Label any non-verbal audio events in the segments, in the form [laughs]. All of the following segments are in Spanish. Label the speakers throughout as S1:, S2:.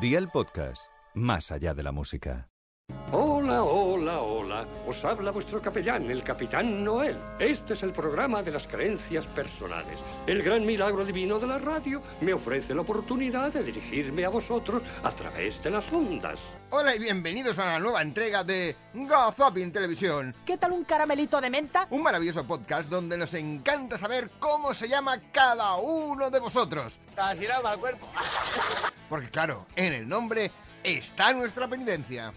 S1: Día el podcast, más allá de la música.
S2: Hola, hola, hola. Os habla vuestro capellán, el capitán Noel. Este es el programa de las creencias personales. El gran milagro divino de la radio me ofrece la oportunidad de dirigirme a vosotros a través de las ondas.
S3: Hola y bienvenidos a la nueva entrega de Gazapin Televisión,
S4: ¿Qué tal un caramelito de menta?
S3: un maravilloso podcast donde nos encanta saber cómo se llama cada uno de vosotros.
S5: Así lava el cuerpo.
S3: Porque claro, en el nombre está nuestra penitencia.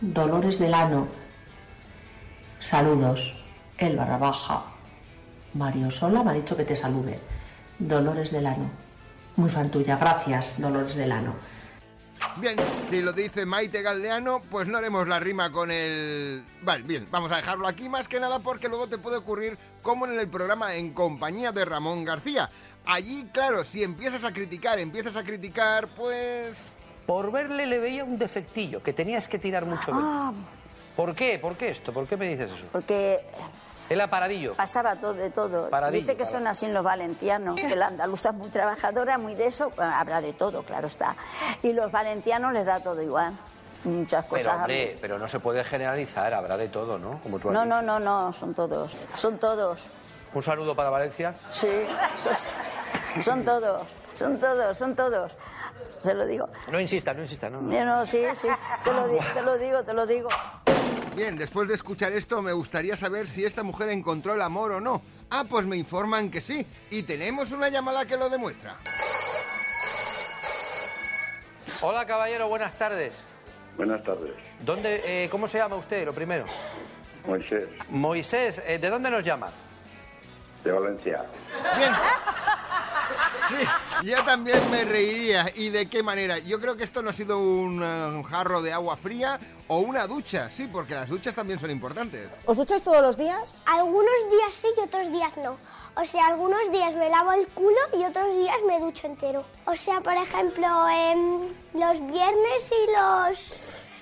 S6: Dolores del Ano. Saludos. El barra baja. Mario Sola me ha dicho que te salude. Dolores del Ano. Muy fan tuya. Gracias, Dolores del Ano.
S3: Bien, si lo dice Maite Galdeano, pues no haremos la rima con el... Vale, bien, vamos a dejarlo aquí más que nada porque luego te puede ocurrir como en el programa En compañía de Ramón García. Allí, claro, si empiezas a criticar, empiezas a criticar, pues...
S5: Por verle le veía un defectillo, que tenías que tirar mucho
S7: Ah.
S5: menos. ¿Por qué? ¿Por qué esto? ¿Por qué me dices eso?
S7: Porque
S5: El aparadillo.
S7: pasaba todo de todo.
S5: Paradillo,
S7: Dice que
S5: paradillo.
S7: son así los valentianos, que la andaluza es muy trabajadora, muy de eso, bueno, habrá de todo, claro está. Y los valentianos les da todo igual, muchas
S5: Pero,
S7: cosas.
S5: hombre, pero no se puede generalizar, habrá de todo, ¿no? Como tú has
S7: no,
S5: dicho.
S7: no, no, no, son todos, son todos,
S5: Un saludo para Valencia.
S7: sí, son, son todos, son todos, son todos, se lo digo.
S5: No insista, no insista, no. no.
S7: Yo No, sí, sí, te lo, di- te lo digo, te lo digo.
S3: Bien, después de escuchar esto me gustaría saber si esta mujer encontró el amor o no. Ah, pues me informan que sí. Y tenemos una llamada que lo demuestra.
S5: Hola, caballero, buenas tardes.
S8: Buenas tardes,
S5: ¿Dónde, eh, ¿Cómo se llama usted, lo primero?
S8: Moisés,
S5: Moisés, eh, ¿de dónde nos llama?
S8: de Valencia.
S3: Bien. Sí, yo también me reiría. ¿Y de qué manera? Yo creo que esto no ha sido un, eh, un jarro de agua fría o una ducha. Sí, porque las duchas también son importantes.
S9: ¿Os ducháis todos los días?
S10: Algunos días sí y otros días no. O sea, algunos días me lavo el culo y otros días me ducho entero. O sea, por ejemplo, em, los viernes y los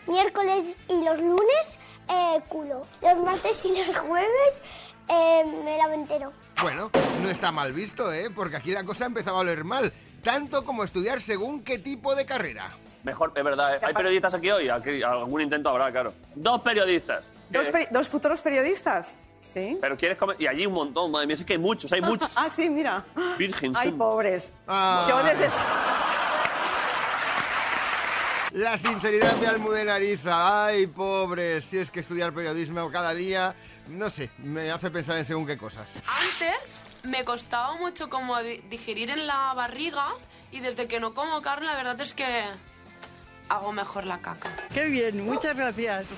S10: miércoles y los lunes, eh, culo. Los martes y los jueves em, me lavo entero.
S3: Bueno, no está mal visto, ¿eh? Porque aquí la cosa empezaba a oler mal. Tanto como estudiar según qué tipo de carrera.
S11: Mejor, es verdad. ¿eh? ¿Hay periodistas aquí hoy? Aquí algún intento habrá, claro. Dos periodistas.
S9: ¿Dos,
S11: Eh,
S9: peri- dos futuros periodistas? Sí.
S11: pero quieres comer... Y allí un montón, madre mía. Es que hay muchos, hay muchos.
S9: Ah, sí, mira.
S11: Virgen
S9: Ay,
S11: Santa.
S9: pobres.
S3: Ah.
S9: Yo desde...
S3: La sinceridad de Almudena Ariza, ay pobre, si es que estudiar periodismo cada día, no sé, me hace pensar en según qué cosas.
S4: Antes me costaba mucho como di- digerir en la barriga y desde que no como carne la verdad es que hago mejor la caca.
S5: Qué bien, muchas gracias.
S3: Sí,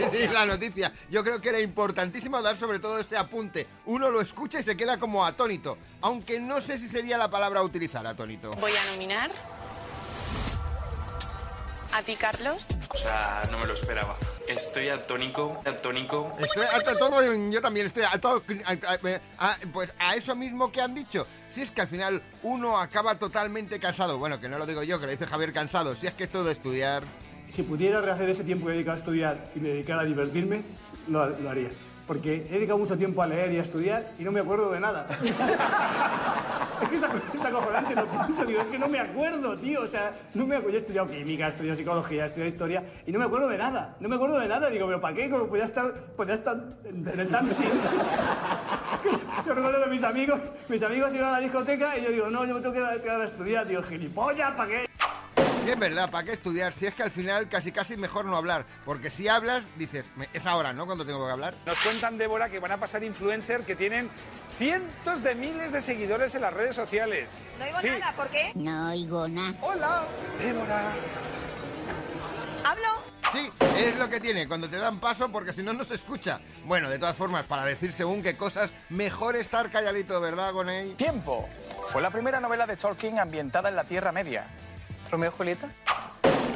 S3: sí, sí, la noticia. Yo creo que era importantísimo dar sobre todo este apunte. Uno lo escucha y se queda como atónito, aunque no sé si sería la palabra a utilizar, atónito.
S4: Voy a nominar a ti Carlos.
S8: O sea, no me lo esperaba. Estoy atónico, atónico.
S3: Estoy a todo, yo también estoy a todo, a- a- pues a eso mismo que han dicho. Si es que al final uno acaba totalmente cansado, bueno, que no lo digo yo, que lo dice Javier cansado, si es que esto de estudiar...
S5: Si pudiera rehacer ese tiempo que he dedicado a estudiar y me dedicar a divertirme, lo, haría. Porque he dedicado mucho tiempo a leer y a estudiar y no me acuerdo de nada. [laughs] es que esa es acojonante, lo pienso, digo, es que no me acuerdo, tío. O sea, no me acuerdo. Yo he estudiado química, he estudiado psicología, he estudiado historia y no me acuerdo de nada. No me acuerdo de nada. Digo, pero ¿para qué? Como podía estar, podía estar en en el taxi. [laughs] Yo recuerdo que mis amigos, mis amigos iban a la discoteca y yo digo, no, yo me tengo que quedar a estudiar. Digo, gilipollas, ¿para qué?
S3: Sí, es verdad, ¿para qué estudiar? Si es que al final casi casi mejor no hablar, porque si hablas, dices, "Me- es ahora, ¿no? Cuando tengo que hablar.
S5: Nos cuentan, Débora, que van a pasar influencers que tienen cientos de miles de seguidores en las redes sociales. No digo nada, ¿por qué?
S7: No oigo nada.
S5: Hola, Débora.
S3: Sí, es lo que tiene, cuando te dan paso, porque si no, no se escucha. Bueno, de todas formas, para decir según qué cosas, mejor estar calladito, ¿verdad, Gonei?
S5: Tiempo. Fue la primera novela de Tolkien ambientada en la Tierra Media. ¿Romeo y Julieta?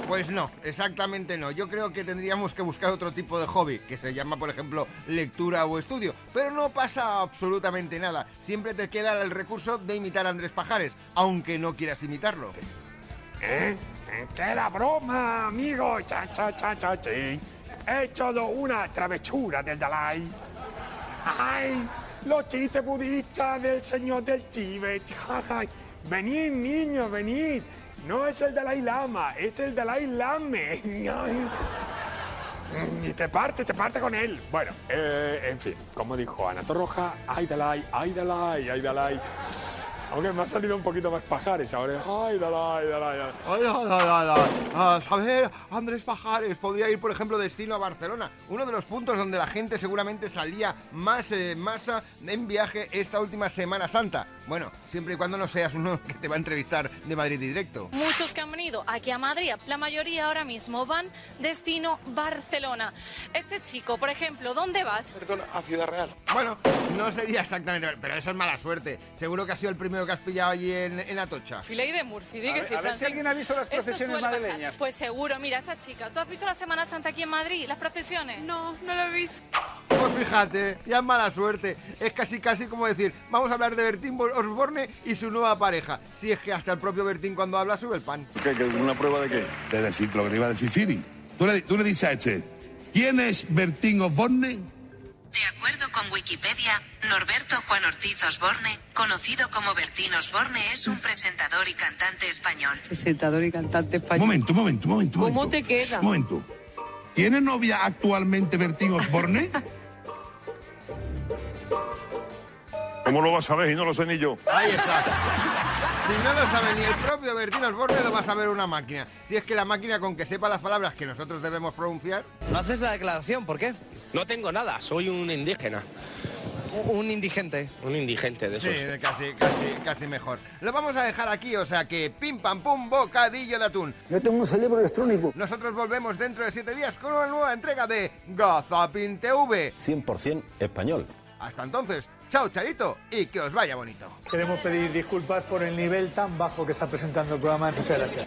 S3: Pues no, exactamente no. Yo creo que tendríamos que buscar otro tipo de hobby, que se llama, por ejemplo, lectura o estudio. Pero no pasa absolutamente nada. Siempre te queda el recurso de imitar a Andrés Pajares, aunque no quieras imitarlo.
S2: ¿Eh?
S5: ¡Que era broma, amigo! ¡Cha, cha, cha, cha, chi! He hecho una travesura del Dalai. ¡Ay! Los
S2: [laughs]
S5: chistes budistas del señor del Tíbet. ¡Ja, ja! venid niños, venid!
S2: No es el Dalai Lama, es el Dalai Lame. [laughs] Y te parte, te parte con él. Bueno, eh, en fin, como dijo Ana Torroja, ay Dalai, ay Dalai, ay Dalai. Aunque me ha salido un poquito más pajares ahora. Ay Dalai, Dalai, Dalai.
S3: Ay, ay, ay, ay, ay. Ah, a ver, Andrés Pajares podría ir, por ejemplo, de estilo a Barcelona. Uno de los puntos donde la gente seguramente salía más eh, masa en viaje esta última Semana Santa. Bueno, siempre y cuando no seas uno que te va a entrevistar de Madrid directo.
S9: Muchos que han venido aquí a Madrid, la mayoría ahora mismo van destino Barcelona. Este chico, por ejemplo, ¿dónde vas?
S3: a Ciudad Real. Bueno, no sería exactamente, pero eso es mala suerte. Seguro que ha sido el primero que has pillado allí en, en Atocha.
S9: Filey de Murphy, di
S3: A
S9: que
S3: ver-
S9: sí,
S3: a ver si
S9: Francis.
S3: alguien ha visto las
S9: Esto
S3: procesiones
S9: suele pasar.
S3: madrileñas.
S9: Pues seguro, mira, esta chica. ¿Tú has visto la Semana Santa aquí en Madrid, las procesiones? No, no lo he visto.
S3: Pues fíjate, ya es mala suerte. Es casi casi como decir, vamos a hablar de Bertín Bor- Osborne y su nueva pareja. Si es que hasta el propio Bertín cuando habla sube el pan.
S12: ¿Qué, qué, ¿Una prueba de qué? De decir lo que te iba a decir Siri. Tú le, tú le dices a este, ¿quién es Bertín Osborne?
S4: De acuerdo con Wikipedia, Norberto Juan Ortiz Osborne, conocido como Bertín Osborne, es un presentador y cantante español.
S12: Presentador y cantante español. Un momento, un momento, un momento. un
S4: ¿Cómo
S12: momento.
S4: te queda?
S12: Un momento. ¿Tiene novia actualmente Bertín Osborne?
S13: ¿Cómo lo vas a ver? Y no lo sé ni yo.
S3: Ahí está. Si no lo sabe ni el propio Bertín Osborne, lo va a saber una máquina. Si es que la máquina con que sepa las palabras que nosotros debemos pronunciar... No haces la declaración, ¿por qué?
S14: No tengo nada, soy un indígena. Un indigente. Un indigente de
S3: Sí,
S14: esos.
S3: casi, casi, casi mejor. Lo vamos a dejar aquí, o sea que pim pam pum, bocadillo de atún. Yo tengo un cerebro electrónico. Nosotros volvemos dentro de siete días con una nueva entrega de Gazapin TV.
S15: 100% español.
S3: Hasta entonces, chao Charito y que os vaya bonito.
S5: Queremos pedir disculpas por el nivel tan bajo que está presentando el programa. Muchas gracias.